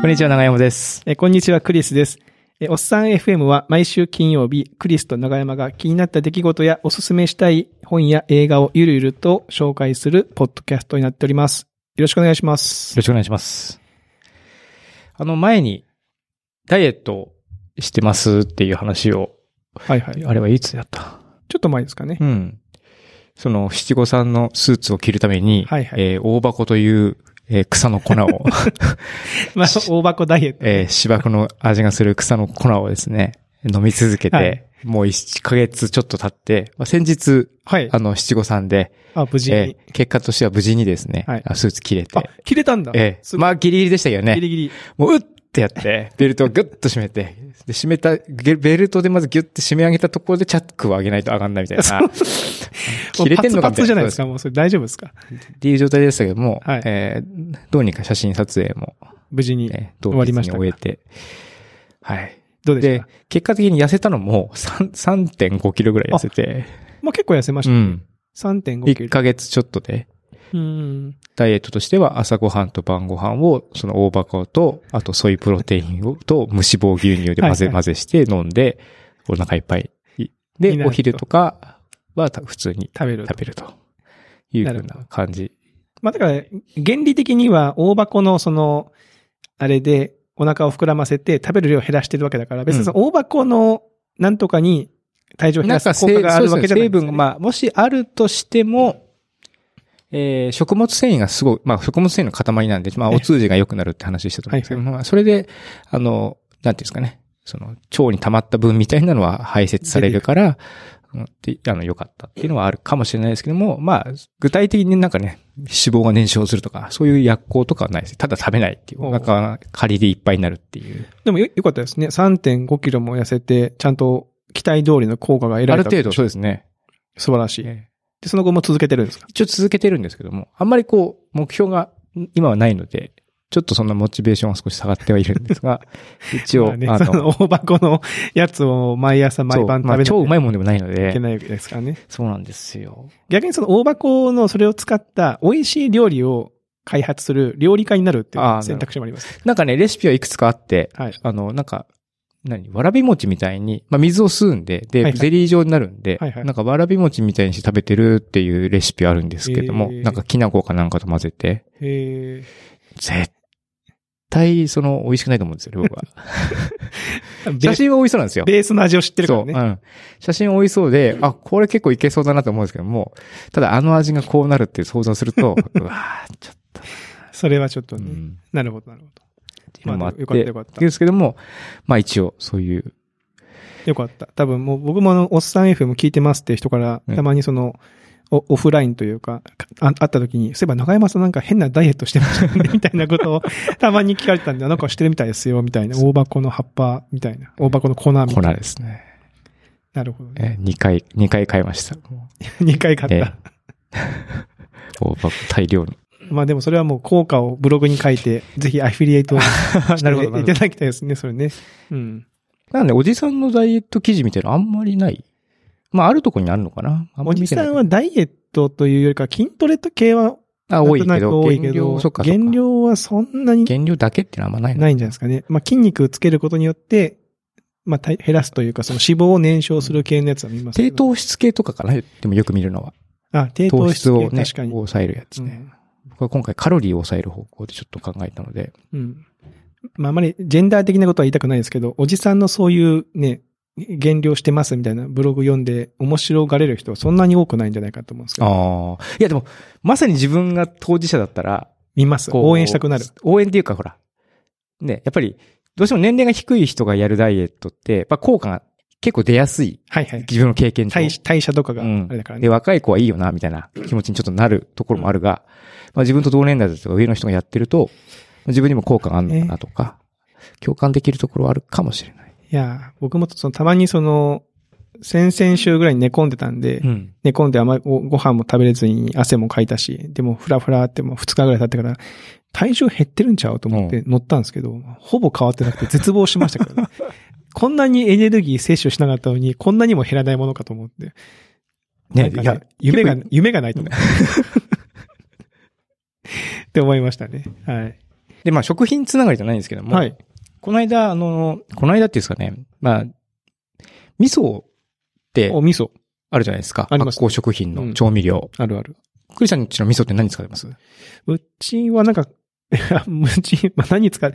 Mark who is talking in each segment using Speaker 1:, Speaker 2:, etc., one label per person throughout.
Speaker 1: こんにちは、長山です。
Speaker 2: えーこんにちは、クリスです。えーおっさん FM は毎週金曜日、クリスと長山が気になった出来事やおすすめしたい本や映画をゆるゆると紹介するポッドキャストになっております。よろしくお願いしま
Speaker 1: よ
Speaker 2: す
Speaker 1: ろ。しくお願いします。あの、前に、ダイエットしてますっていう話を、
Speaker 2: はいはい。ちょ
Speaker 1: あれはいつやった
Speaker 2: っと前ですかね。
Speaker 1: うん。その、七五三のスーツを着るために、
Speaker 2: はいはい
Speaker 1: えー大箱という、えー草の粉 を、
Speaker 2: まあ、大箱ダイエット。
Speaker 1: えー芝生の味がする草の粉をですね、飲み続けて、
Speaker 2: はい
Speaker 1: もう1ヶ月ちょっと経って、まあ、先日、
Speaker 2: はい
Speaker 1: あ。の、七五三で、
Speaker 2: あ、無事に。
Speaker 1: えー結果としては無事にですね、
Speaker 2: はい
Speaker 1: あスーツ着れ
Speaker 2: あ
Speaker 1: て、、
Speaker 2: 切れたんだ。
Speaker 1: え
Speaker 2: す
Speaker 1: ー
Speaker 2: ごい
Speaker 1: まあ、ギリギリでしたけどね。
Speaker 2: ギリギリ。
Speaker 1: もう、うってや って、ベルトをギュッと締めて、で、締めた、ゲベルトでまずギュッて締め上げたところでチャックを上げないと上がんないみたいな。 切れてんのか
Speaker 2: も
Speaker 1: みたいな
Speaker 2: うパツパツじゃないですか。もうそれ大丈夫ですか。
Speaker 1: っていう状態でしたけども、
Speaker 2: はい
Speaker 1: えーどうにか写真撮影も、
Speaker 2: 無事に
Speaker 1: ね、
Speaker 2: 終
Speaker 1: 同
Speaker 2: わり
Speaker 1: 日
Speaker 2: ま
Speaker 1: に
Speaker 2: したか。
Speaker 1: 終えて、はい。
Speaker 2: どうでし
Speaker 1: で
Speaker 2: たか、
Speaker 1: 結果的に痩せたのも3 3.5キロぐらい痩せて、
Speaker 2: まあ結構痩せまし
Speaker 1: う
Speaker 2: た。
Speaker 1: ん。
Speaker 2: 3.5
Speaker 1: 1
Speaker 2: キロ。
Speaker 1: ヶ月ちょっとで、
Speaker 2: うん。
Speaker 1: ダイエットとしては朝ごはんと晩ごはんを、その大箱と、あとソイプロテインをと無脂肪牛乳で混ぜ
Speaker 2: はいはい
Speaker 1: 混ぜして飲んで、お腹いっぱい。
Speaker 2: にな
Speaker 1: で、
Speaker 2: ると
Speaker 1: お昼とかはた普通に
Speaker 2: 食べると
Speaker 1: 食。べるという
Speaker 2: な
Speaker 1: よ
Speaker 2: る
Speaker 1: う
Speaker 2: ほど
Speaker 1: な感じ。
Speaker 2: まあだから、原理的には大箱のその、あれでお腹を膨らませて食べる量を減らしてるわけだから、別にその大箱のなんとかに体 重を減
Speaker 1: なん
Speaker 2: らす
Speaker 1: か
Speaker 2: 効
Speaker 1: 成
Speaker 2: 果があるわけじゃない
Speaker 1: 成分が、
Speaker 2: あ、
Speaker 1: まあ、もしあるとしても、えー食物繊維がすごい、まあ、食物繊維の塊なんで、まあ、
Speaker 2: ええ
Speaker 1: お通じが良くなるって話してたと思うんですけど、
Speaker 2: は
Speaker 1: まあ、それで、あの、なんていうんですかね、その、腸に溜まった分みたいなのは排泄されるから、うんってあの、良かったっていうのはあるかもしれないですけども、まあ、具体的になんかね、脂肪が燃焼するとか、そういう薬効とかはないです。ただ食べないっていう、
Speaker 2: おう
Speaker 1: お腹が仮でいっぱいになるっていう。
Speaker 2: でもよよかったですね。3.5キロも痩せて、ちゃんと期待通りの効果が得
Speaker 1: あ
Speaker 2: ら
Speaker 1: る
Speaker 2: れた。
Speaker 1: 程度、そうですね。
Speaker 2: 素晴らしい。
Speaker 1: え
Speaker 2: で、
Speaker 1: え
Speaker 2: その後も続けてるんですか
Speaker 1: 一応続けてるんですけども、あんまりこう、目標がん今はないので、ちょっとそんなモチベーションは少し下がってはいるんです が、一応、
Speaker 2: まあね、
Speaker 1: あ
Speaker 2: その
Speaker 1: の、
Speaker 2: 大箱のやつを毎朝毎晩
Speaker 1: そうま
Speaker 2: 食
Speaker 1: あ
Speaker 2: べ
Speaker 1: 超う
Speaker 2: な
Speaker 1: まいもんでもないの
Speaker 2: きゃいけ
Speaker 1: で、
Speaker 2: ないわけですからね。
Speaker 1: そうなんですよ。
Speaker 2: 逆にその大箱のそれを使った美味しい料理を開発する料理家になるっていう選択肢もあります。
Speaker 1: なんかね、レシピはいくつかあって、
Speaker 2: はい。
Speaker 1: あの、なんか、何わらび餅みたいに、まあ、水を吸うんで、で、
Speaker 2: はいはい
Speaker 1: ゼリー状になるんで、
Speaker 2: はいはい
Speaker 1: なんかわらび餅みたいにして食べてるっていうレシピあるんですけども、
Speaker 2: へー
Speaker 1: なんかきな粉かなんかと混ぜて、
Speaker 2: へえ。
Speaker 1: 絶対その美味しくないと思うんですよ、 僕は。
Speaker 2: ベ
Speaker 1: 写真は美味しそうなんですよ。
Speaker 2: ベースの味を知ってるか
Speaker 1: そう、
Speaker 2: ら
Speaker 1: う
Speaker 2: ね。
Speaker 1: ん。写真多いそうで、あ、これ結構いけそうだなと思うんですけども、ただあの味がこうなるって想像する と、うわーちょっ
Speaker 2: それはちょっと
Speaker 1: と、う
Speaker 2: ね。
Speaker 1: ん。
Speaker 2: なるほど、なるほ
Speaker 1: っていう
Speaker 2: ど。
Speaker 1: の
Speaker 2: ま
Speaker 1: もあ
Speaker 2: あ
Speaker 1: っ、て、
Speaker 2: よかった、よかった。
Speaker 1: ですけども、まあ一応、そういう、
Speaker 2: よかった。多分もう僕もあの、おっさん FM 聞いてますっていう人から、
Speaker 1: うん
Speaker 2: たまにその、おオフラインというか、ああった時に、そういえば中山さんなんか変なダイエットしてましたよね、みたいなこと を、たまに聞かれてたんで、あなんかしてるみたいですよ、みたいな。大箱の葉っぱ、みたいな。大箱の粉、みたい
Speaker 1: 粉
Speaker 2: な。
Speaker 1: ですね。
Speaker 2: なるほどね。
Speaker 1: え、2回、二回買いました。
Speaker 2: 2回買っ
Speaker 1: え
Speaker 2: た。
Speaker 1: おば大量に。
Speaker 2: まあでもそれはもう効果をブログに書 いて、ぜひアフィリエイトをし
Speaker 1: なるほどなるほど
Speaker 2: ていただきたいですね、それね。うん。
Speaker 1: なんで、おじさんのダイエット記事みたいなのあんまりない。まあ、あるとこにあるのかなあんま
Speaker 2: お
Speaker 1: り
Speaker 2: じ
Speaker 1: 見てな
Speaker 2: さ
Speaker 1: い
Speaker 2: んはダイエットというよりか筋トレと系は
Speaker 1: あ、多い
Speaker 2: な
Speaker 1: け
Speaker 2: んとな
Speaker 1: ど、
Speaker 2: く多いけ
Speaker 1: 減量、
Speaker 2: ど
Speaker 1: そっか、そっか
Speaker 2: 減量はそんなに
Speaker 1: 減量だけっていうのはあんまないの
Speaker 2: ないんじゃないですかね。まあ筋肉つけることによって、まあ体減らすというか、その脂肪を燃焼する系のやつは見ますけ
Speaker 1: 低
Speaker 2: ど。
Speaker 1: 糖質系とかかなでもよく見るのは。
Speaker 2: あ、低
Speaker 1: 糖
Speaker 2: 糖
Speaker 1: 質
Speaker 2: 質
Speaker 1: を
Speaker 2: を
Speaker 1: ね、
Speaker 2: 確かに。
Speaker 1: 抑えるやつね。
Speaker 2: うん
Speaker 1: 僕は今回カロリーを抑える方向でちょっと考えたので、
Speaker 2: うん。まああまりジェンダー的なことは言いたくないですけど、おじさんのそういうね、減量してますみたいなブログ読んで面白がれる人はそんなに多くないんじゃないかと思うんですけど、
Speaker 1: ああ。いやでも、まさに自分が当事者だったら、
Speaker 2: 見ます。
Speaker 1: こう
Speaker 2: 応援したくなる。。
Speaker 1: 応援っていうかほら、ね、やっぱり、どうしても年齢が低い人がやるダイエットって、やっぱ効果が結構出やすい。
Speaker 2: はいはい。
Speaker 1: 自分の経験上
Speaker 2: 代。謝代謝とかが
Speaker 1: う
Speaker 2: あ
Speaker 1: ん
Speaker 2: れだからね。
Speaker 1: で、若い子はいいよな、みたいな気持ちにちょっとなるところもあるが、まあ自分と同年代だとか上の人がやってると、自分にも効果があるのかなとか、共感できるところはあるかもしれない。
Speaker 2: いやー、僕もそのたまにその、先々週ぐらいに寝込んでたんで、
Speaker 1: うん。
Speaker 2: 寝込んであんまりごご飯も食べれずに汗もかいたし、でもフラフラってもう2日ぐらい経ってから、体重減ってるんちゃうと思って乗ったんですけど、ほぼ変わってなくて絶望しました から、ね、こんなにエネルギー摂取しなかったのに、こんなにも減らないものかと思って。
Speaker 1: ね、
Speaker 2: なん
Speaker 1: い
Speaker 2: か
Speaker 1: や
Speaker 2: ね、夢 が、夢がないと思う。って思いましたね。はい。
Speaker 1: で、まあ食品つながりじゃないんですけども、
Speaker 2: はい。
Speaker 1: この間、あの、この間っていうんですかね、まあ、味噌って
Speaker 2: お味噌。
Speaker 1: あるじゃないですか。
Speaker 2: あります
Speaker 1: 発酵食品
Speaker 2: うん
Speaker 1: の調味料。
Speaker 2: あるある。
Speaker 1: クリさんちの味噌って何使ってます
Speaker 2: うちはなんか、 うち、まあ、何使う、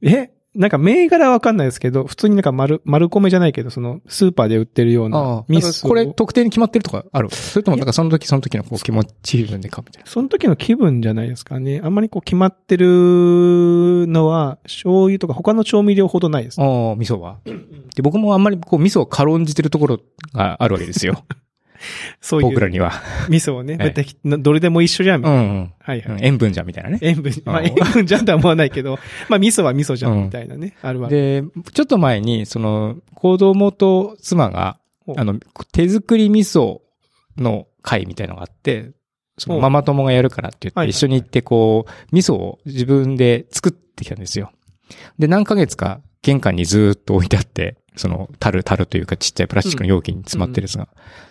Speaker 2: えなんか銘柄はわかんないですけど、普通になんか丸、丸米じゃないけど、その、スーパーで売ってるような
Speaker 1: 味
Speaker 2: 味
Speaker 1: 噌。
Speaker 2: 噌。
Speaker 1: これ特定に決まってるとかあるそれともなんかその時その時のこう気持ちいい分でかみたい
Speaker 2: その時の気分じゃないですかね。あんまりこう決まってるのは、醤油とか他の調味料ほどないです。
Speaker 1: な。ああ、味噌は。で、僕もあんまりこう味噌を軽んじてるところがあるわけ ですよ。
Speaker 2: そうい
Speaker 1: 僕
Speaker 2: う
Speaker 1: らには。
Speaker 2: 味噌をね、
Speaker 1: はい
Speaker 2: 別にどれでも一緒じゃん。
Speaker 1: うんうん。
Speaker 2: はいは
Speaker 1: う
Speaker 2: い。
Speaker 1: ん塩分じゃんみたいなね。
Speaker 2: 塩分、まあ
Speaker 1: うん
Speaker 2: 塩分じゃんとは思わないけど、まあ味噌は味噌じゃんみたいなね、あるわ。
Speaker 1: で、ちょっと前に、その、子供と妻が
Speaker 2: ほ、う
Speaker 1: あの、手作り味噌の会みたいのがあって、そ
Speaker 2: ほ
Speaker 1: の
Speaker 2: う
Speaker 1: ママ友がやるからって言っ
Speaker 2: はいはいは
Speaker 1: て、
Speaker 2: い
Speaker 1: 一緒に行ってこう、味噌を自分で作ってきたんですよ。で、何ヶ月か玄関にずーっと置いてあって、その、樽、樽というかちっちゃいプラスチックの容器に詰まってるんですが、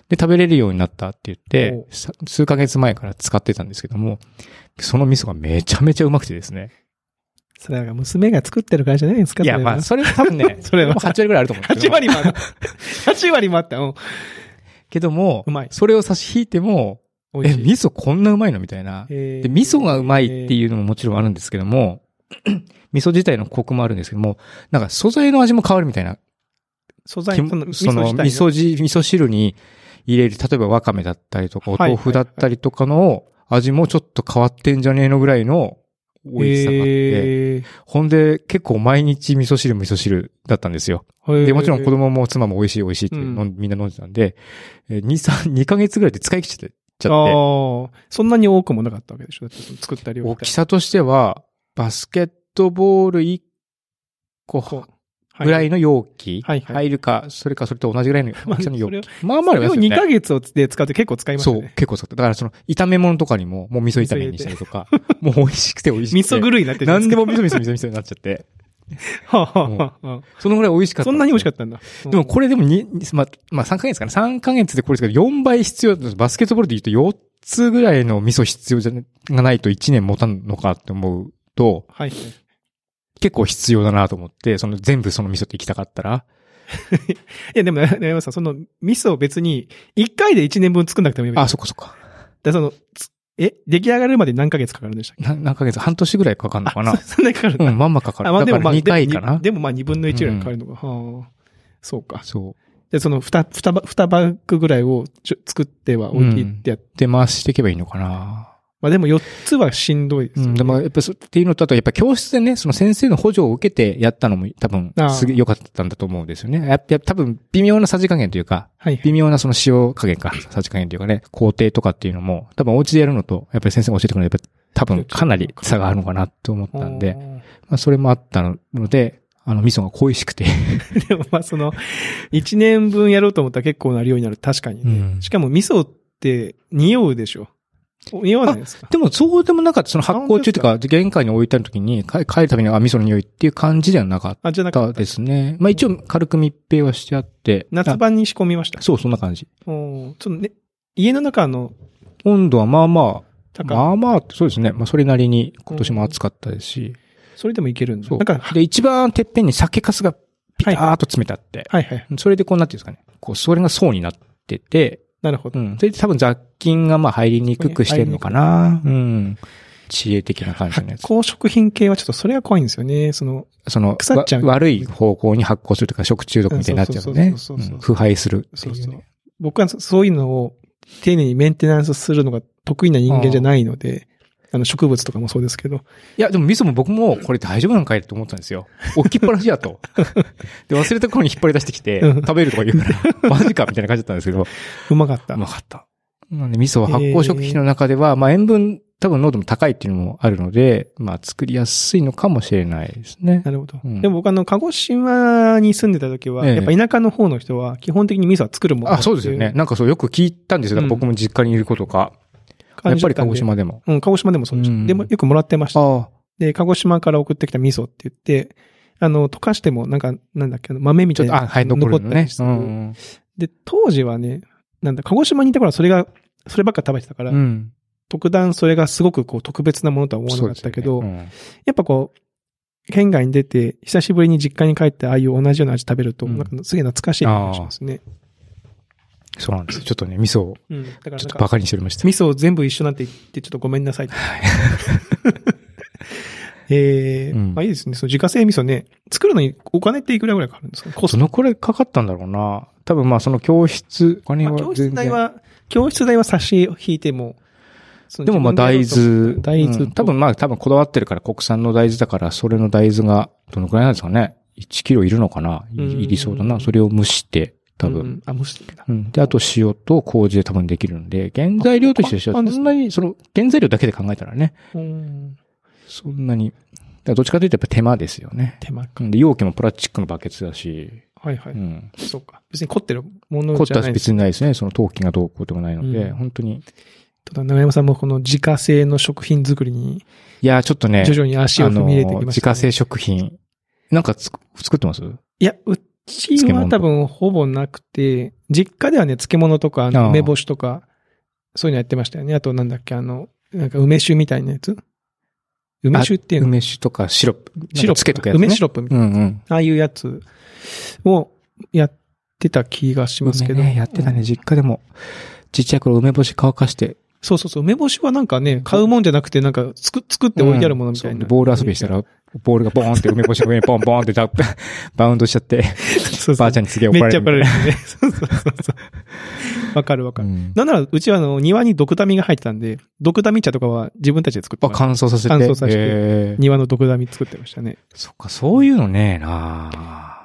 Speaker 1: で、食べれるようになったって言って
Speaker 2: ほ、
Speaker 1: さ数ヶ月前から使ってたんですけども、その味噌がめちゃめちゃうまくてですね。
Speaker 2: それは娘が作ってるからじゃないですか
Speaker 1: いや、
Speaker 2: それは
Speaker 1: まあ、 それは多分ね、
Speaker 2: それは
Speaker 1: 8割ぐらいあると思うんですけ
Speaker 2: 8
Speaker 1: ど。
Speaker 2: 割もあった。8割もあった。うん
Speaker 1: けども、
Speaker 2: うまい
Speaker 1: それを差し引いても、
Speaker 2: 美
Speaker 1: え、
Speaker 2: 味しい
Speaker 1: 味噌こんなうまいのみたいな。
Speaker 2: え
Speaker 1: で、
Speaker 2: ー
Speaker 1: 味噌がうまいっていうのももちろんあるんですけども、味噌自体のコクもあるんですけども、なんか素材の味も変わるみたいな。
Speaker 2: 素材、
Speaker 1: き
Speaker 2: そ
Speaker 1: も
Speaker 2: の味
Speaker 1: その
Speaker 2: 噌
Speaker 1: 味
Speaker 2: 自体
Speaker 1: 噌汁、味噌汁に入れる、例えばわかめだったりとか、お
Speaker 2: はい
Speaker 1: 豆腐だったりとかの味もちょっと変わってんじゃねえのぐらいの美味しさがあって、
Speaker 2: え
Speaker 1: ほんで結構毎日味噌汁味噌汁だったんですよ。
Speaker 2: ー
Speaker 1: で、もちろん子供も妻も美味しい美味しいって飲ん
Speaker 2: う
Speaker 1: みんな飲んでたんで、えー、2、3、2ヶ月ぐらいで使い切っちゃって、ちゃって
Speaker 2: ああ、そんなに多くもなかったわけでしょだって作った量
Speaker 1: 大き
Speaker 2: さ
Speaker 1: さとしては、バスケットボール1個ぐらいの容器
Speaker 2: はいはい
Speaker 1: 入るか、それかそれと同じぐらいの大きさの容器
Speaker 2: まあ。
Speaker 1: まあまああ
Speaker 2: そ
Speaker 1: りま
Speaker 2: れを
Speaker 1: すよね
Speaker 2: 2。ヶ月をで使うと結構使います
Speaker 1: そ
Speaker 2: よ
Speaker 1: う、
Speaker 2: ね。
Speaker 1: 結構使った。だからその、炒め物とかにも、もう味噌炒めにしたりと か、もう美味しくて美味しくて。
Speaker 2: 味噌狂いになってるじゃない
Speaker 1: 何で
Speaker 2: か。
Speaker 1: も味噌味噌味噌味噌になっちゃって。
Speaker 2: はあはあは
Speaker 1: そのぐらい美味しか
Speaker 2: あ
Speaker 1: った。
Speaker 2: そんなに美味しか
Speaker 1: っ
Speaker 2: ったんだ。
Speaker 1: たでもこれでもに、まあ、まあ3ヶ月かな。3ヶ月でこれですけど、4倍必要だったんですバスケットボールで言うと4つぐらいの味噌必要じゃねがないと1年持たんのかって思うと、
Speaker 2: はい。
Speaker 1: 結構必要だなと思って、その全部その味噌って行きたかったら、
Speaker 2: いや、でも、ね山さん、その、味噌を別に、1回で1年分作んなくてもいいわ
Speaker 1: あ、
Speaker 2: け
Speaker 1: そっかそっか。
Speaker 2: でその、つえ、出来上がるまで何ヶ月かかるんでしたっけ
Speaker 1: な何ヶ月半年ぐらいかかるのかな
Speaker 2: あそそんなにかかるんだ
Speaker 1: うん、まんまかかる。
Speaker 2: あまあ
Speaker 1: だ
Speaker 2: で
Speaker 1: か
Speaker 2: もま
Speaker 1: ら
Speaker 2: あ、
Speaker 1: 2回か
Speaker 2: でも
Speaker 1: な。
Speaker 2: でもまあ2分の1ぐらいかかるのか。はあそうか。
Speaker 1: そ
Speaker 2: で、その2、二バ二バッグぐらいをちょ作っては置いていってやっ
Speaker 1: う。で、回していけばいいのかな。
Speaker 2: まあでも4つはしんどいです
Speaker 1: う
Speaker 2: よね
Speaker 1: ん、でもやっぱそっていうのと、あとやっぱ教室でね、その先生の補助を受けてやったのも多分
Speaker 2: あー、
Speaker 1: すげえ良かったんだと思うんですよね。やっぱ多分、微妙なさじ加減というか、
Speaker 2: はいはい。
Speaker 1: 微妙なその塩加減か、さじ加減というかね、工程とかっていうのも、多分お家でやるのと、やっぱり先生が教えてくれるのやっぱ多分かなり差があるのかなと思ったんで、まあ、それもあったので、あの、味噌が恋しくて。
Speaker 2: あ ー。でもまあその、1年分やろうと思ったら結構な量になる。確かにね。しかも味噌って匂うでしょ。匂わないですか
Speaker 1: でも、そうでもなかった。その発酵中というか、玄関に置いてある時に、か帰るたびに、あ、味噌の匂いっていう感じではなかっ
Speaker 2: あ、じゃなく
Speaker 1: たですね。まあ、一応、軽く密閉はしてあって。
Speaker 2: 夏場に仕込みました
Speaker 1: あ。そう、そんな感じ。
Speaker 2: おーちょっとね、家の中の
Speaker 1: 温度はまあまあ、
Speaker 2: 高、
Speaker 1: まあまあ、そうですね。まあ、それなりに、今年も暑かったですし。
Speaker 2: それでもいけるんだ。
Speaker 1: そ
Speaker 2: な
Speaker 1: うん
Speaker 2: か、は
Speaker 1: で、一番てっぺんに酒粕がピターっと詰めてあって。
Speaker 2: はいはい。
Speaker 1: それでこうなっていうんですかね。こう、それが層になってて、
Speaker 2: なるほ
Speaker 1: う
Speaker 2: ど。
Speaker 1: ん。それで多分雑菌がまあ入りにくくしてるのかな。うん。知恵的な感じのやつ
Speaker 2: 発。酵食品系はちょっとそれが怖いんですよね。その、
Speaker 1: その、
Speaker 2: 腐っちゃう
Speaker 1: わ悪い方向に発酵するとか食中毒みたいになっちゃうのね
Speaker 2: うん。そうそうそうそうそう
Speaker 1: うん腐敗するって
Speaker 2: そ
Speaker 1: いうう
Speaker 2: そう
Speaker 1: ね。。
Speaker 2: 僕はそそういうのを丁寧にメンテナンスするのが得意な人間じゃないので、あの植物とかもそうですけど、
Speaker 1: いや、でも味噌も僕もこれ大丈夫なんかいと思ったんです よ。置きっぱなしやと。で、忘れた頃に引っ張り出してきて、
Speaker 2: うん
Speaker 1: 食べるとか言う から、マジかみたいな感じだったんですけど、
Speaker 2: うまかった。
Speaker 1: うまかった。なんで味噌は発酵食品の中では、まあ塩分、多分濃度も高いっていうのもあるので、まあ作りやすいのかもしれないですね。
Speaker 2: なるほど。
Speaker 1: うん
Speaker 2: でも僕あの、鹿児島に住んでた時は、
Speaker 1: ええ
Speaker 2: やっぱ田舎の方の人は基本的に味噌は作るもんだ
Speaker 1: あ、そうですよね。。なんかそう、よく聞いたんですよ。だから僕も実家にいることか。やっぱり鹿児。島でも。
Speaker 2: うん、鹿児島でもそうでした。
Speaker 1: うん
Speaker 2: でもよくもらってました。
Speaker 1: あ
Speaker 2: で、鹿児島から送ってきた味噌って言って、あの、溶かしてもなんか、なんだっけ、あの豆み
Speaker 1: ちょ
Speaker 2: た
Speaker 1: っ
Speaker 2: い
Speaker 1: と、
Speaker 2: な。
Speaker 1: あ、はい、残るの
Speaker 2: った
Speaker 1: ね
Speaker 2: り。す
Speaker 1: う
Speaker 2: る
Speaker 1: ん。
Speaker 2: で、当時はね、なんだ、鹿児島にいた頃はそれが、そればっか食べてたから、
Speaker 1: うん。
Speaker 2: 特段それがすごくこう特別なものとは思わなかったけど、
Speaker 1: そうですよね
Speaker 2: やっぱこう、県外に出て、久しぶりに実家に帰って、ああいう同じような味食べると、
Speaker 1: うん
Speaker 2: なんかすげえ懐かしい感じしますね。
Speaker 1: うんそうなんですよ。ちょっとね、味噌を
Speaker 2: うん。だから
Speaker 1: ちょっ
Speaker 2: なん
Speaker 1: とバ
Speaker 2: か、
Speaker 1: カにしておりました。
Speaker 2: 味噌全部一緒なんて言って、ちょっとごめん なさい。
Speaker 1: はい。
Speaker 2: ええ
Speaker 1: うん
Speaker 2: まあいいですね。その自家製味噌ね。作るのにお金っていくらぐらいかかるんですかコス
Speaker 1: そ
Speaker 2: ト。
Speaker 1: のくらいかかったんだろうな。多分まあその教室、お金
Speaker 2: まあ
Speaker 1: は
Speaker 2: 教室
Speaker 1: 全
Speaker 2: 代
Speaker 1: 然。
Speaker 2: は、教室代は差し引いても、その
Speaker 1: でもまあ大
Speaker 2: 自分
Speaker 1: 豆。
Speaker 2: でやろうと思ったら大豆、
Speaker 1: うん多分、まあ多分こだわってるから国産の大豆だから、それの大豆がどのくらいなんですかね。1キロいるのかな。い
Speaker 2: うん
Speaker 1: いりそうだな。それを蒸して、多分。
Speaker 2: う
Speaker 1: うんん。
Speaker 2: あ、もし、だ
Speaker 1: で、あと塩と麹で多分できるんで、原材料として
Speaker 2: あ
Speaker 1: は、
Speaker 2: 簡単です
Speaker 1: そんなに、その、原材料だけで考えたらね、
Speaker 2: うん。
Speaker 1: そんなに、だからどっちかというとやっぱ手間ですよね。
Speaker 2: 手間か。
Speaker 1: うんで、容器もプラスチックのバケツだし、
Speaker 2: はいは
Speaker 1: う
Speaker 2: い。
Speaker 1: ん。
Speaker 2: そうか。別に凝ってるもの
Speaker 1: 凝っ
Speaker 2: じゃ
Speaker 1: た
Speaker 2: な
Speaker 1: ら
Speaker 2: いです
Speaker 1: 別にないですね。その陶器がどうこうでもないので、
Speaker 2: うん
Speaker 1: 本当に。
Speaker 2: ただ、長山さんもこの自家製の食品作りに、
Speaker 1: いやー、ちょっとね、
Speaker 2: 徐々に足を踏み入れてき
Speaker 1: あのー
Speaker 2: まし
Speaker 1: 自
Speaker 2: た、ね
Speaker 1: 家製食品。なんかつく作ってます
Speaker 2: いや、うち
Speaker 1: 漬
Speaker 2: は
Speaker 1: 物
Speaker 2: 多分ほぼなくて、実家ではね、漬物とか、あ
Speaker 1: あ
Speaker 2: の
Speaker 1: あ
Speaker 2: 梅干しとか、そういうのやってましたよね。あと、なんだっけ、あの、なんか梅酒みたいなやつ梅酒っていうの
Speaker 1: 梅酒とかシロップ。
Speaker 2: シロップ
Speaker 1: つけとくやつ、ね。
Speaker 2: 梅シロップみたいな。
Speaker 1: うんうん。
Speaker 2: ああいうやつをやってた気がしますけど。
Speaker 1: 梅ね、やってたね、実家でも。ちっちゃい頃梅干し乾かして。
Speaker 2: そうそうそう。梅干しはなんかね、買うもんじゃなくて、なんか、つく、作って置いてあるものみたい
Speaker 1: うん
Speaker 2: な。
Speaker 1: そうボール遊びしたら、ボールがボーンって梅干し の上にポンポンって ダッバウンドしちゃって、
Speaker 2: そうそう、
Speaker 1: ばあちゃんにすげえ怒
Speaker 2: め
Speaker 1: られ
Speaker 2: っちゃ
Speaker 1: る
Speaker 2: 怒
Speaker 1: みた
Speaker 2: ら
Speaker 1: いな。
Speaker 2: れるね。そうそうそうそう。わかるわかる。
Speaker 1: うん
Speaker 2: なんなら、うちはあの、庭に毒ダミが入ってたんで、毒ダミ茶とかは自分たちで作って
Speaker 1: あ
Speaker 2: ました。
Speaker 1: 乾燥させて。
Speaker 2: 乾燥させて
Speaker 1: えー
Speaker 2: 庭の毒ダミ作ってましたね。
Speaker 1: そっか、そういうのねえな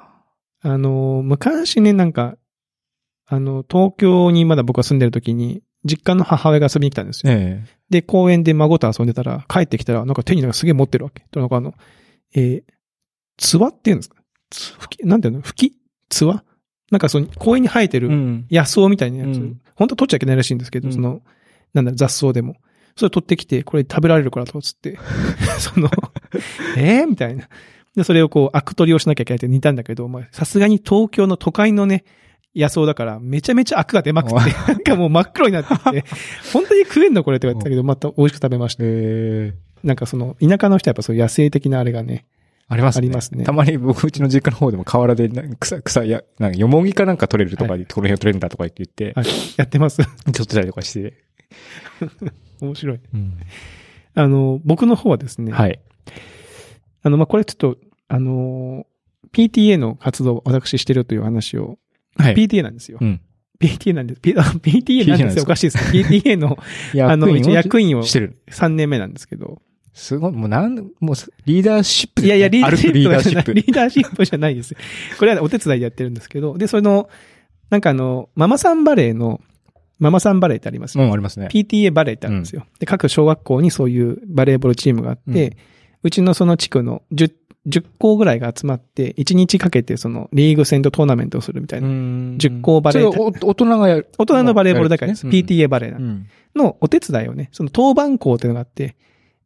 Speaker 2: あの、昔ね、なんか、あの、東京にまだ僕は住んでる時に、実家の母親が遊びに来たんですよ。
Speaker 1: ええ
Speaker 2: で、公園で孫と遊んでたら、帰ってきたら、なんか手になんかすげえ持ってるわけ。と、なんかあの、えー、つわっていうんですかつ、ふき、なんていうのふきつわなんかその、公園に生えてる
Speaker 1: うん。
Speaker 2: 野草みたいなやつ、
Speaker 1: うん
Speaker 2: 本当は取っちゃいけないらしいんですけど、
Speaker 1: うん
Speaker 2: その、なんだろう、雑草でも。それ取ってきて、これ食べられるからと、つって。 その、えー、みたいな。で、それをこう、アク取りをしなきゃいけないって似たんだけど、まあ、さすがに東京の都会のね、野草だから、めちゃめちゃアクが出まくって、 なんかもう真っ黒になってき て、本当に食えんのこれって言われてたけど、また美味しく食べました。
Speaker 1: ええ
Speaker 2: なんかその、田舎の人はやっぱそういう野生的なあれがね、
Speaker 1: ありますね。
Speaker 2: ありますね
Speaker 1: たまに僕、うちの実家の方でも河原でな草、草、いや、なんか、よもぎかなんか取れるとか、こ
Speaker 2: は
Speaker 1: の辺を取れるんだとか言って言って、
Speaker 2: はいやってます。
Speaker 1: 取ってたりとかして。
Speaker 2: 面白い。あの、僕の方はですね、
Speaker 1: はい。
Speaker 2: あの、まあ、これちょっと、あのー PTA の活動を私してるという話を、
Speaker 1: はい。
Speaker 2: PTA なんですよ
Speaker 1: う。ん。
Speaker 2: PTA なんです。P- あ PTA なん
Speaker 1: PTA
Speaker 2: で
Speaker 1: なん
Speaker 2: す
Speaker 1: で
Speaker 2: よ。
Speaker 1: す
Speaker 2: お
Speaker 1: か
Speaker 2: かしいです。PTA のあの一応役員を
Speaker 1: してる。
Speaker 2: 3年目なんですけど。
Speaker 1: すごい、もうなん、もう、リーダーシップ
Speaker 2: い
Speaker 1: です
Speaker 2: や
Speaker 1: ね。
Speaker 2: いや、 リーダー
Speaker 1: 歩
Speaker 2: シ
Speaker 1: くリーダーシ
Speaker 2: ッ
Speaker 1: ッ
Speaker 2: プ。
Speaker 1: プ。
Speaker 2: リーダーシップじゃないです。これはお手伝いでやってるんですけど。で、その、なんかあの、ママさんバレーの、ママさんバレーってあります
Speaker 1: う
Speaker 2: よ、
Speaker 1: ん、ありますね。
Speaker 2: PTA バレーってあるんですよ。で、各小学校にそういうバレーボールチームがあって、
Speaker 1: う
Speaker 2: うちのその地区の 10, 10校ぐらいが集まって、1日かけてそのリーグ戦とトーナメントをするみたいな。
Speaker 1: ん
Speaker 2: 10校バレー
Speaker 1: それをお大人がやる。
Speaker 2: 大人のバレーボール大会です。
Speaker 1: やるんですね
Speaker 2: PTA バレーなんで
Speaker 1: うん。
Speaker 2: のお手伝いをね、その当番校っていうのがあって、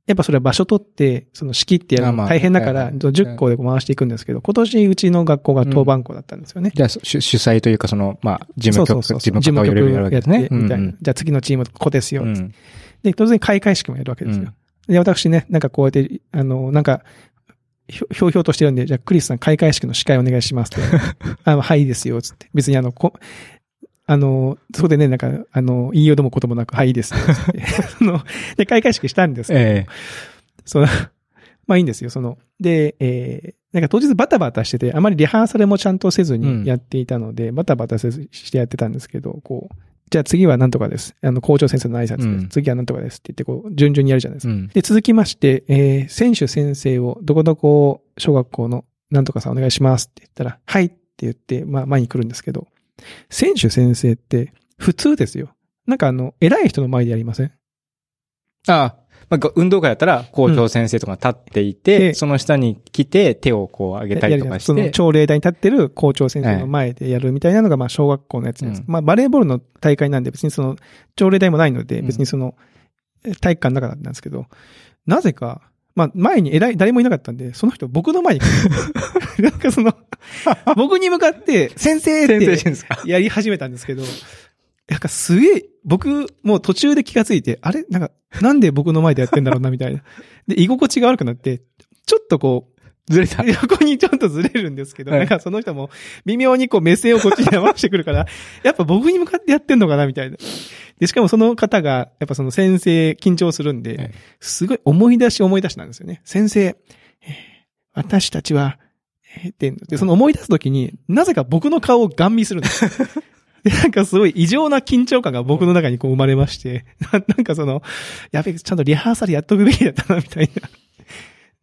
Speaker 2: やっぱそれは場所取って、その仕切ってやる
Speaker 1: あま
Speaker 2: の
Speaker 1: あ
Speaker 2: 大変だか
Speaker 1: はい
Speaker 2: ら、
Speaker 1: はい
Speaker 2: 10校で回していくんですけど、今年うちの学校が当番校だったんですよね。
Speaker 1: じゃあ、主主催というか、その、まあ、事務
Speaker 2: そう
Speaker 1: 局、
Speaker 2: そう
Speaker 1: 事
Speaker 2: そう
Speaker 1: 務方を呼べるわけ
Speaker 2: や
Speaker 1: で
Speaker 2: っ
Speaker 1: す
Speaker 2: て、
Speaker 1: ね。
Speaker 2: みたいな。
Speaker 1: うん
Speaker 2: じゃあ次のチーム、ここですよ、
Speaker 1: うん
Speaker 2: で、当然開会式もやるわけですよ。で、私ね、なんかこうやって、あの、なんか、ひょひょうひょうとしてるんで、じゃあクリスさん開会式の司会お願いしますって。 あのはい、いいですよ、つって。別にあの、こ、あの、そこでね、なんか、あの、言いようでもこともなく、はい、いいですよ、つ って。 その、で、開会式したんですけど、
Speaker 1: ええ。
Speaker 2: その、 まあいいんですよ、その。で、えー、なんか当日バタバタしてて、あまりリハーサルもちゃんとせず
Speaker 1: うん
Speaker 2: にやっていたので、バタバタせずしてやってたんですけど、こう、じゃあ次はなんとかです。あの、校長先生の挨拶で
Speaker 1: う
Speaker 2: す。
Speaker 1: ん
Speaker 2: 次はなんとかですって言って、こう、順々にやるじゃないですか。
Speaker 1: うん。
Speaker 2: で、続きまして、えー、選手先生を、どこどこ小学校のなんとかさんお願いしますって言ったら、はいって言って、まあ前に来るんですけど、選手先生って普通ですよ。なんかあの、偉い人の前でやりません
Speaker 1: ああ、まあ、ご運動会やったら、校長先生とか立っていて、
Speaker 2: うんで
Speaker 1: その下に来て、手をこう上げたりとかし
Speaker 2: やるじゃな
Speaker 1: て
Speaker 2: いですか。その朝礼台に立ってる校長先生の前でやるみたいなのが、まあ、小学校のやつじゃないですか。まあ、バレーボールの大会なんで、別にその、朝礼台もないので、
Speaker 1: うん
Speaker 2: 別にその、体育館の中なんですけど、なぜか、まあ、前に偉い、誰もいなかったんで、その人、僕の前に来る なんかその、僕に向かって、先生っ
Speaker 1: 先生
Speaker 2: て
Speaker 1: してるんですか
Speaker 2: やり始めたんですけど、なんかすげえ、僕、もう途中で気がついて、あれなんか、なんで僕の前でやってんだろうな、みたいな。で、居心地が悪くなって、ちょっとこう、
Speaker 1: ずれた。
Speaker 2: 横にちょっとずれるんですけど、
Speaker 1: はい
Speaker 2: なんかその人も微妙にこう目線をこっちに合わせてくるから、やっぱ僕に向かってやってんのかな、みたいな。で、しかもその方が、やっぱその先生緊張するんで、
Speaker 1: はい
Speaker 2: すごい思い出し思い出しなんですよね。先生、えー私たちは、えーって言うので、その思い出すときに、なぜか僕の顔をガン見するんですよ。で、なんかすごい異常な緊張感が僕の中にこう生まれまして、 ななんかその、やべえ、ちゃんとリハーサルやっとくべきだったな、みたいな。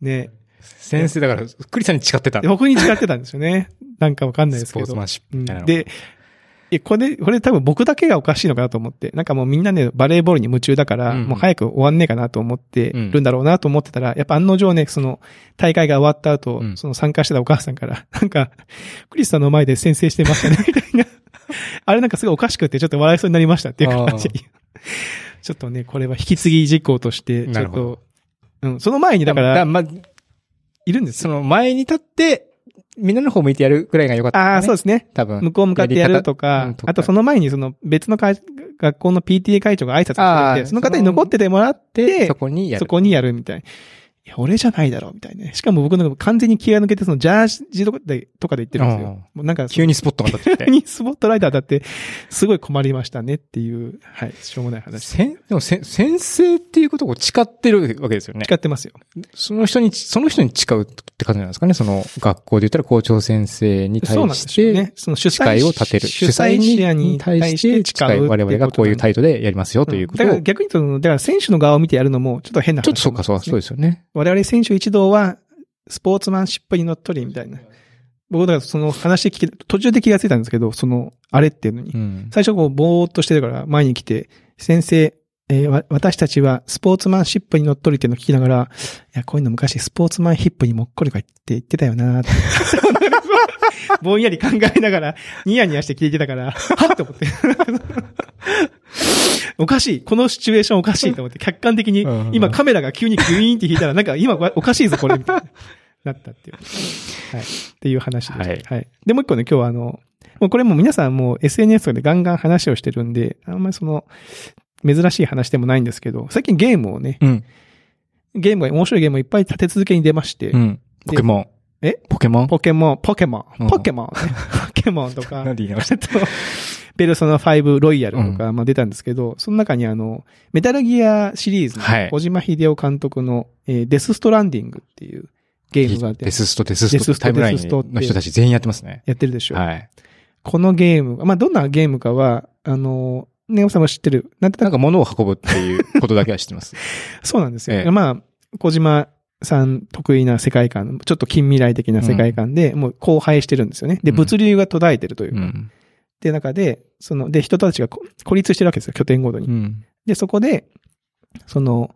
Speaker 2: ね。
Speaker 1: 先生だから、クリさんに誓ってたん
Speaker 2: で
Speaker 1: だ。
Speaker 2: 僕に誓ってたんですよね。なんかわかんないで
Speaker 1: ス
Speaker 2: すけ
Speaker 1: ポー
Speaker 2: ど
Speaker 1: ツ。マンシッ
Speaker 2: う
Speaker 1: プ
Speaker 2: ん
Speaker 1: みたいなの。
Speaker 2: で、え、これ、これ多分僕だけがおかしいのかなと思って、なんかもうみんなね、バレーボールに夢中だから、
Speaker 1: うん
Speaker 2: もう早く終わんねえかなと思ってるんだろうなと思ってたら、やっぱ案の定ね、その、大会が終わった後、
Speaker 1: うん
Speaker 2: その参加してたお母さんから、 なんか、クリスさんの前で先生してましたね、 みたいな。あれなんかすごいおかしくて、ちょっと笑いそうになりましたっていう感じ
Speaker 1: あ。
Speaker 2: ちょっとね、これは引き継ぎ事項として、ち
Speaker 1: な
Speaker 2: ょ
Speaker 1: る
Speaker 2: っ
Speaker 1: ほど
Speaker 2: と、うん、その前にだから、
Speaker 1: まあ、
Speaker 2: いるんです
Speaker 1: そ
Speaker 2: よ。
Speaker 1: の前に立って、みんなの方向いてやるぐらいが良かった、
Speaker 2: ああ、そう
Speaker 1: う。
Speaker 2: ですね。
Speaker 1: 多分。
Speaker 2: 向こう向かってやると
Speaker 1: やり方う
Speaker 2: か
Speaker 1: んと、か
Speaker 2: あとその前にその別の会学校の PTA 会長が挨拶し
Speaker 1: あ
Speaker 2: てて、
Speaker 1: ー
Speaker 2: その方に残っててもらって、
Speaker 1: そこにやる。
Speaker 2: そこにやるみたいな。いや、俺じゃないだろう、みたいなね。しかも僕なんか完全に気が抜けて、そのジャージとかで、とかで言ってるんですよ。
Speaker 1: うん
Speaker 2: もうなんか、
Speaker 1: 急にスポットが立ってき
Speaker 2: 急
Speaker 1: て。
Speaker 2: にスポットライターだって、すごい困りましたねっていう、はい、しょうもない話。
Speaker 1: せん、でもせ、先生っていうことを誓ってるわけですよね
Speaker 2: 使。ってますよ。
Speaker 1: その人に、その人に誓うって感じなんですかね。その学校で言ったら校長先生に対
Speaker 2: そうなんで
Speaker 1: し
Speaker 2: すよ
Speaker 1: て、
Speaker 2: ね。その主
Speaker 1: 誓い
Speaker 2: 催
Speaker 1: を立てる。
Speaker 2: 主催者に対して誓
Speaker 1: 誓
Speaker 2: う
Speaker 1: い。我々がこういう
Speaker 2: 態
Speaker 1: 態度でやりますよということ
Speaker 2: だか
Speaker 1: を。
Speaker 2: ら逆に言うと、だから選手の側を見てやるのもちょっと変な話
Speaker 1: ちょっとそうか、そうか、そうですよね。
Speaker 2: 我々選手一同は、スポーツマンシップに乗っ取り、みたいな。僕、だからその話聞き、途中で気がついたんですけど、その、あれっていうのに
Speaker 1: う。ん。
Speaker 2: 最初こう、ぼーっとしてるから、前に来て、先生、えーわ私たちはスポーツマンシップに乗っ取りっていうのを聞きながら、いや、こういうの昔スポーツマンヒップにもっこりかって言ってたよなーって ぼんやり考えながら、ニヤニヤして聞いてたから、はっと思って。 おかしい。このシチュエーションおかしいと思って、客観的に
Speaker 1: うんう、ん
Speaker 2: 今カメラが急にグイーンって引いたら、なんか今おかしいぞ、これ、みたいな。なったっていう。はい。っていう話でした。
Speaker 1: はい
Speaker 2: はい。で、もう一個ね、今日はあの、もうこれもう皆さんもう SNS とかでガンガン話をしてるんで、あんまりその、珍しい話でもないんですけど、最近ゲームをね、
Speaker 1: うん。
Speaker 2: ゲームが、面白いゲームをいっぱい立て続けに出まして、
Speaker 1: うん。ポケモン。
Speaker 2: え
Speaker 1: ポケモン
Speaker 2: ポケモン、ポケモ
Speaker 1: う
Speaker 2: ン、
Speaker 1: ん
Speaker 2: ポケモン、 ポケモンとか、
Speaker 1: なんで言い直した
Speaker 2: あと、ペルソナ5ロイヤルとか、まあ出たんですけど、その中にあの、メタルギアシリーズの
Speaker 1: はい
Speaker 2: 小島秀夫監督の、えーデスストランディングっていうゲームがあって
Speaker 1: デ、ススト、デススト、
Speaker 2: デススト
Speaker 1: タイムライン
Speaker 2: デスストって
Speaker 1: の人たち全員やってますね。
Speaker 2: やってるでしょ。
Speaker 1: はい。
Speaker 2: このゲームが、まあどんなゲームかは、あの、ネオさんも知ってる。なんと
Speaker 1: な
Speaker 2: なん
Speaker 1: か物を運ぶっていうことだけは知ってます。
Speaker 2: く、そうなんですよ。
Speaker 1: ええ
Speaker 2: まあ、小島さん得意な世界観、ちょっと近未来的な世界観で、もう荒廃してるんですよね。で、
Speaker 1: うん
Speaker 2: 物流が途絶えてるという
Speaker 1: う
Speaker 2: か、っ
Speaker 1: ん。
Speaker 2: ていう中で、その、で、人たちがこ孤立してるわけですよ、拠点ごとに
Speaker 1: う。ん。
Speaker 2: で、そこで、その、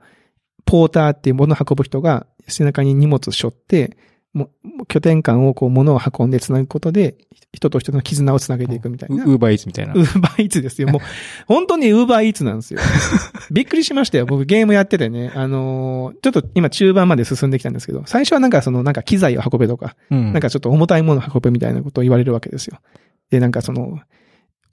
Speaker 2: ポーターっていう物を運ぶ人が背中に荷物を背負って、もう拠点間をこう物を運んで繋ぐことで、人と人の絆を繋げていくみたいな。
Speaker 1: ウーバーイーツみたいな
Speaker 2: ウ。ーバーイーツですよ。もう、本当にウーバーイーツなんで すよ。びっくりしましたよ。僕ゲームやっててね。あのーちょっと今中盤まで進んできたんですけど、最初はなんかその、なんか機材を運べとか、
Speaker 1: うん
Speaker 2: なんかちょっと重たいものを運べみたいなことを言われるわけですよ。で、なんかその、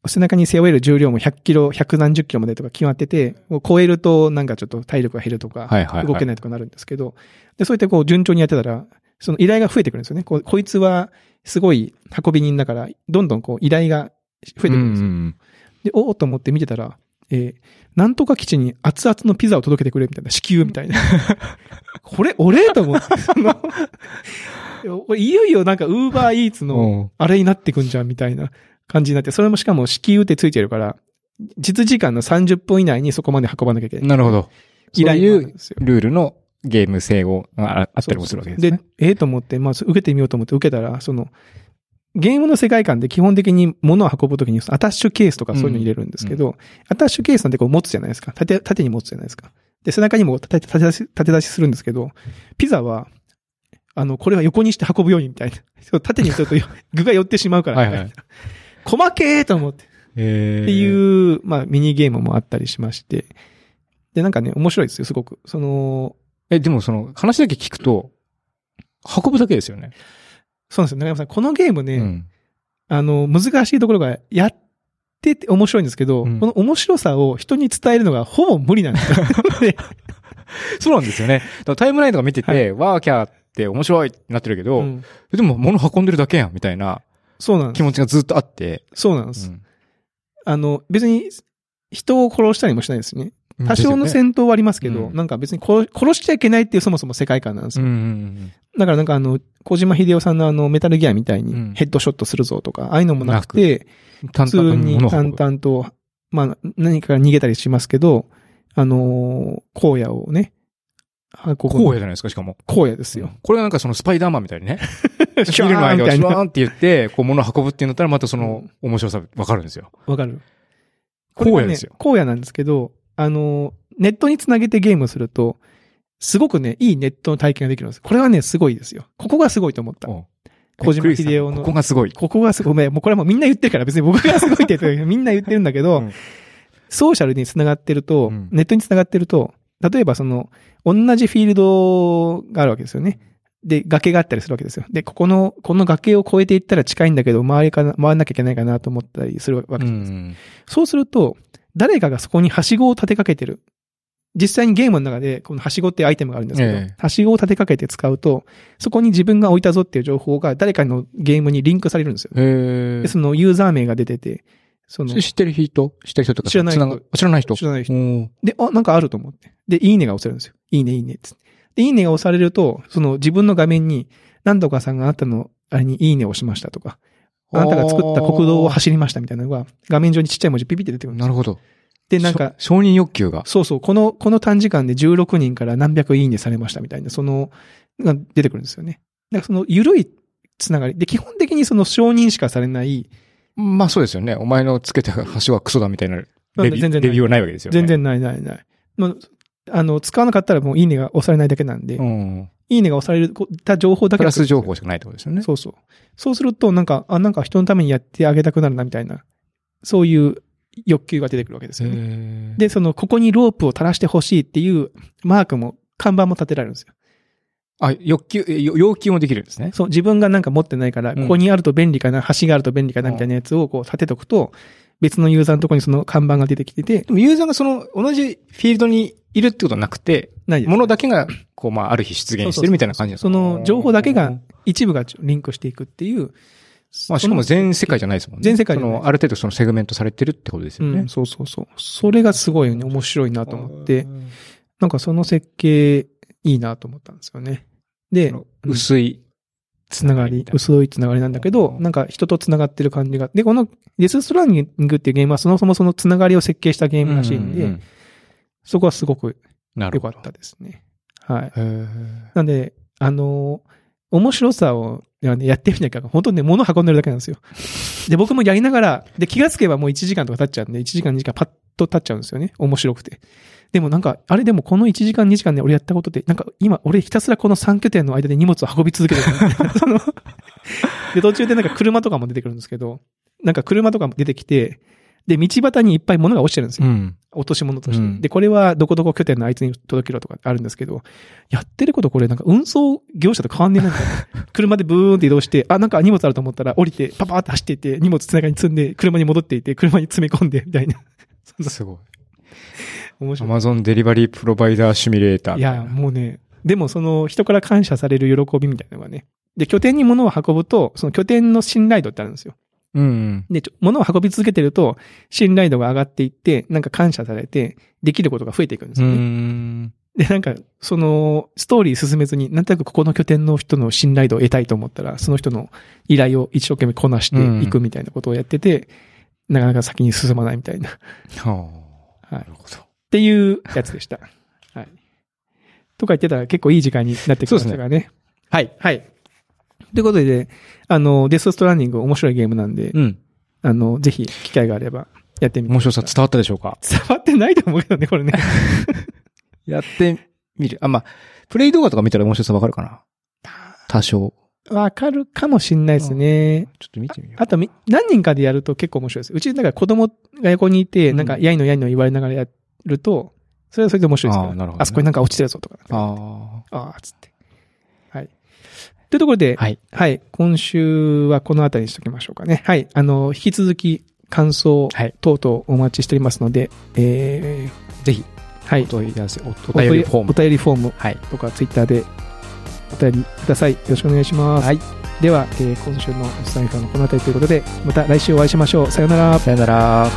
Speaker 2: 背中に背負える重量も100キロ、100何十キロまでとか決まってて、もう超えるとなんかちょっと体力が減ると
Speaker 1: は
Speaker 2: か、
Speaker 1: いはいはい
Speaker 2: 動けないとかなるんですけど、で、そうやってこう順調にやってたら、その依頼が増えてくるんですよね。こうこいつはすごい運び人だから、どんどんこう依頼が増えてくるんですよ。
Speaker 1: うん
Speaker 2: で、おおと思って見てたら、えーなんとか基地に熱々のピザを届けてくれみたいな、支給みたいな。 これ、俺と思って、その、 いやこれいよいよなんか、ウーバーイー
Speaker 1: う
Speaker 2: ツ
Speaker 1: ん
Speaker 2: の、
Speaker 1: おう
Speaker 2: あれになってくんじゃんみたいな感じになって、それもしかも支給ってついてるから、実時間の30分以内にそこまで運ばなきゃいけない。
Speaker 1: なるほど。
Speaker 2: 依
Speaker 1: そう
Speaker 2: 頼
Speaker 1: い
Speaker 2: もあるん
Speaker 1: う
Speaker 2: ですよ。
Speaker 1: ルールのゲーム整合がああったりもするわけですね。
Speaker 2: ええと思って、まあ、受けてみようと思って受けたら、その、ゲームの世界観で基本的に物を運ぶときに、アタッシュケースとかそういうの入れるんですけど、アタッシュケースなんてこう持つじゃないですか。縦、縦に持つじゃないですか。で、背中にも縦縦出し、縦出しするんですけど、ピザは、あの、これは横にして運ぶようにみたいな。 そう縦にす るとよ具が寄ってしまうからみたいな。
Speaker 1: はいはい
Speaker 2: 細けーと思って。
Speaker 1: え
Speaker 2: っていう、まあ、ミニゲームもあったりしまして。で、なんかね、面白いですよ、すごく。その、
Speaker 1: え、でもその話だけ聞くと、運ぶだけですよね。
Speaker 2: そうなんですよ、中山さん。このゲームね、
Speaker 1: うん。
Speaker 2: あの、難しいところが、やっってて面白いんですけど、
Speaker 1: うん
Speaker 2: この面白さを人に伝えるのがほぼ無理なんです よ。で
Speaker 1: そうなんですよね。だからタイムラインとか見てて、
Speaker 2: は
Speaker 1: ワーキャーって面白いってなってるけど、
Speaker 2: うん
Speaker 1: でも物運んでるだけやん、みたいな
Speaker 2: そうなんです
Speaker 1: 気。持ちがずっとあって。
Speaker 2: そうなんです。
Speaker 1: うん
Speaker 2: あの、別に人を殺したりもしないですね。多少の
Speaker 1: で
Speaker 2: 戦闘はありますけ
Speaker 1: う
Speaker 2: ど、
Speaker 1: ん
Speaker 2: なんか別に殺殺しちゃいけないっていうそもそも世界観なんですす
Speaker 1: よ
Speaker 2: よ。
Speaker 1: ねうん
Speaker 2: だからなんかあの、小島秀夫さんのあの、メタルギアみたいうに
Speaker 1: ん
Speaker 2: ヘッドショットするぞとか、ああいうのもなくて、
Speaker 1: うん。
Speaker 2: 普
Speaker 1: 淡
Speaker 2: 通
Speaker 1: 々と
Speaker 2: に
Speaker 1: 物を運
Speaker 2: 淡
Speaker 1: ぶ
Speaker 2: 々と、まあ、何かから逃げたりしますけど、あのー荒野をね、あこ
Speaker 1: こうやじゃないですか、しかも。
Speaker 2: 荒野ですよ。
Speaker 1: これがなんかそのスパイダーマンみたいにね。シ
Speaker 2: シ
Speaker 1: ュ
Speaker 2: ュ
Speaker 1: ーの
Speaker 2: ワー
Speaker 1: 間
Speaker 2: ンみ
Speaker 1: を
Speaker 2: たい
Speaker 1: シュ
Speaker 2: な
Speaker 1: ワーンって言って、こう物を運ぶっていうんだったらまたその面白さわかるんですよ。
Speaker 2: わかる。
Speaker 1: 荒野ですよ
Speaker 2: これがね。荒野なんですけど、あの、ネットにつなげてゲームをすると、すごくね、いいネットの体験ができるんです。これはね、すごいですよ。ここがすごいと思った。
Speaker 1: うん
Speaker 2: 小島
Speaker 1: クリスさん
Speaker 2: 秀夫の
Speaker 1: ここがすごい。
Speaker 2: ここがすごい、ごめん、もうこれはもうみんな言ってるから別に僕がすごいって言ってるみんな言ってるんだけど、
Speaker 1: うん
Speaker 2: ソーシャルにつながってると、
Speaker 1: うん
Speaker 2: ネットにつながってると、例えばその、同じフィールドがあるわけですよね。で、崖があったりするわけですよ。で、ここの、この崖を越えていったら近いんだけど、回りかな、回らなきゃいけないかなと思ったりするわけ
Speaker 1: う
Speaker 2: です。
Speaker 1: ん
Speaker 2: そうすると、誰かがそこにはしごを立てかけてる。実際にゲームの中で、このはしごっていうアイテムがあるんですけど、
Speaker 1: ええ
Speaker 2: はしごを立てかけて使うと、そこに自分が置いたぞっていう情報が誰かのゲームにリンクされるんですよ。
Speaker 1: へ
Speaker 2: で、そのユーザー名が出てて、その
Speaker 1: え。、知ってる人知ってる人とか
Speaker 2: 知らない
Speaker 1: つ
Speaker 2: 人
Speaker 1: が知らない人。
Speaker 2: 知らない人。
Speaker 1: おー
Speaker 2: で、あ、なんかあると思って。で、いいねが押せるんですよ。いいね、いいねっつって。で、いいねが押されると、その自分の画面に、何とかさんがあなたの、あれにいいねを押しましたとか、あなたが作った国道を走りましたみたいなのが、画面上にちっちゃい文字ピピって出てくるんで
Speaker 1: な
Speaker 2: す
Speaker 1: るほど。
Speaker 2: で、なんか、
Speaker 1: しょ承認欲求が。
Speaker 2: そうそう、この、この短時間で16人から何百いいねされましたみたいな、その、が出てくるんですよね。だからその、緩いつながり。で、基本的にその承認しかされない、
Speaker 1: まあそうですよね。お前のつけた橋はクソだみたいなレ
Speaker 2: なんで
Speaker 1: ビュー
Speaker 2: 全然ない
Speaker 1: レビューはないわけですよね。
Speaker 2: 全。然ないないない。まあ、あの、使わなかったらもういいねが押されないだけなんで、
Speaker 1: うん。
Speaker 2: いいねが押されるこた情報だけ
Speaker 1: プ
Speaker 2: が
Speaker 1: ラス情報しかないってことですよね。
Speaker 2: そうそう。そうすると、なんか、あ、なんか人のためにやってあげたくなるな、みたいな、そういう欲求が出てくるわけですよね。
Speaker 1: へー
Speaker 2: で、その、ここにロープを垂らしてほしいっていうマークも、看板も立てられるんですよ。
Speaker 1: あ、欲求、えよ要求もできるんですね。
Speaker 2: そう、自分がなんか持ってないから、
Speaker 1: うん
Speaker 2: ここにあると便利かな、橋があると便利かな、みたいなやつをこう立てとくと、別のユーザーのところにその看板が出てきてて、
Speaker 1: でもユーザーがその同じフィールドにいるってことはなくて、
Speaker 2: ないです
Speaker 1: ものだけが、こう、まあ、ある日出現してるみたいな感じなんです
Speaker 2: そ
Speaker 1: か
Speaker 2: の情報だけが、一部がリンクしていくっていう。
Speaker 1: まあ、しかも全世界じゃないですもんね。
Speaker 2: 全世界じ
Speaker 1: そ
Speaker 2: ゃない
Speaker 1: の、ある程度そのセグメントされてるってことですよ
Speaker 2: う
Speaker 1: ね
Speaker 2: ん、。そうそうそう。それがすごいね、面白いなと思って
Speaker 1: う、ん、
Speaker 2: なんかその設計いいなと思ったんですよね。
Speaker 1: そ
Speaker 2: で、
Speaker 1: の薄い。
Speaker 2: つながり、
Speaker 1: 薄い
Speaker 2: 薄いつながりなんだけど、なんか人とつながってる感じが。で、このデスストランディングっていうゲームはそもそもそのつながりを設計したゲームらしいん
Speaker 1: う
Speaker 2: で、そこはすごく
Speaker 1: なる
Speaker 2: 良
Speaker 1: ほ
Speaker 2: か
Speaker 1: ど。
Speaker 2: ったですね。はい。
Speaker 1: へー
Speaker 2: なんで、あのー面白さを、いやねやってみなきゃ、本当にね、物運んでるだけなんですよ。で、僕もやりながら、で、気がつけばもう1時間とか経っちゃうんで、1時間2時間パッと経っちゃうんですよね。面白くて。でもなんか、あれでもこの1時間2時間で俺やったことって、なんか今、俺ひたすらこの3拠点の間で荷物を運び続けてる。 そので、途中でなんか車とかも出てくるんですけど、なんか車とかも出てきて、で、道端にいっぱい物が落ちてるんですよ
Speaker 1: うん。
Speaker 2: 落とし物として。
Speaker 1: うん
Speaker 2: で、これはどこどこ拠点のあいつに届けろとかあるんですけど、やってることこれなんか運送業者と変わんねえなみたい な。車でブーンって移動して、あ、なんか荷物あると思ったら降りて、パパーって走っていって、荷物つながりに積んで、車に戻っていって、車に詰め込んで、みたいな。 そんな
Speaker 1: すごい。
Speaker 2: 面白い。
Speaker 1: Amazon デリバリープロバイダーシミュレーター
Speaker 2: い
Speaker 1: みたいな。
Speaker 2: や、もうね、でもその人から感謝される喜びみたいなのがね。で、拠点に物を運ぶと、その拠点の信頼度ってあるんですよ。
Speaker 1: うんうん。
Speaker 2: で、ちょ物を運び続けてると、信頼度が上がっていって、なんか感謝されて、できることが増えていくんです
Speaker 1: う
Speaker 2: よね。
Speaker 1: ん。
Speaker 2: で、なんか、その、ストーリー進めずに、なんとなくここの拠点の人の信頼度を得たいと思ったら、その人の依頼を一生懸命こなしていくみたいなことをやってて、なかなか先に進まないみたいな、っ
Speaker 1: はあ。
Speaker 2: は
Speaker 1: な
Speaker 2: い
Speaker 1: るほど。
Speaker 2: ていうやつでした。はい。とか言ってたら結構いい時間になってきましたからね。
Speaker 1: はい。
Speaker 2: はい。ということで、あの、デス・ストランディング面白いゲームなんで、
Speaker 1: うん。
Speaker 2: あの、ぜひ機会があればやってみて
Speaker 1: 面
Speaker 2: く
Speaker 1: 白
Speaker 2: ださ
Speaker 1: さ
Speaker 2: い。
Speaker 1: 伝わったでしょうか
Speaker 2: 伝わってないと思うけどね、これね。
Speaker 1: やってみる。あ、まあ、プレイ動画とか見たら面白さわかるかな多少。
Speaker 2: わかるかもしんないですね。
Speaker 1: ちょっと見てみよう。
Speaker 2: あとみ、何人かでやると結構面白いです。うち、だから子供が横にいて、
Speaker 1: うん
Speaker 2: なんか、やいのやいの言われながらやると、それはそれで面白いですから。
Speaker 1: あーなるほどね
Speaker 2: あそこになんか落ちてるぞとか。あ
Speaker 1: あ
Speaker 2: あー、つって。はい。というところで、
Speaker 1: はい。
Speaker 2: 今週はこのあたりにしときましょうかね。はい。あの、引き続き、感想
Speaker 1: はい
Speaker 2: 等々お待ちしておりますので、え
Speaker 1: ぜひ、
Speaker 2: ーはい
Speaker 1: お。問い合わせ、おお
Speaker 2: お
Speaker 1: 便りフォー
Speaker 2: お
Speaker 1: ム。
Speaker 2: 便りフォーム
Speaker 1: はい。
Speaker 2: とかツイッターでお便りください。よろしくお願いします。
Speaker 1: はい
Speaker 2: では、えー今週のおじさんいかのこの辺りということで、また来週お会いしましょう。さようなら。
Speaker 1: さよなら。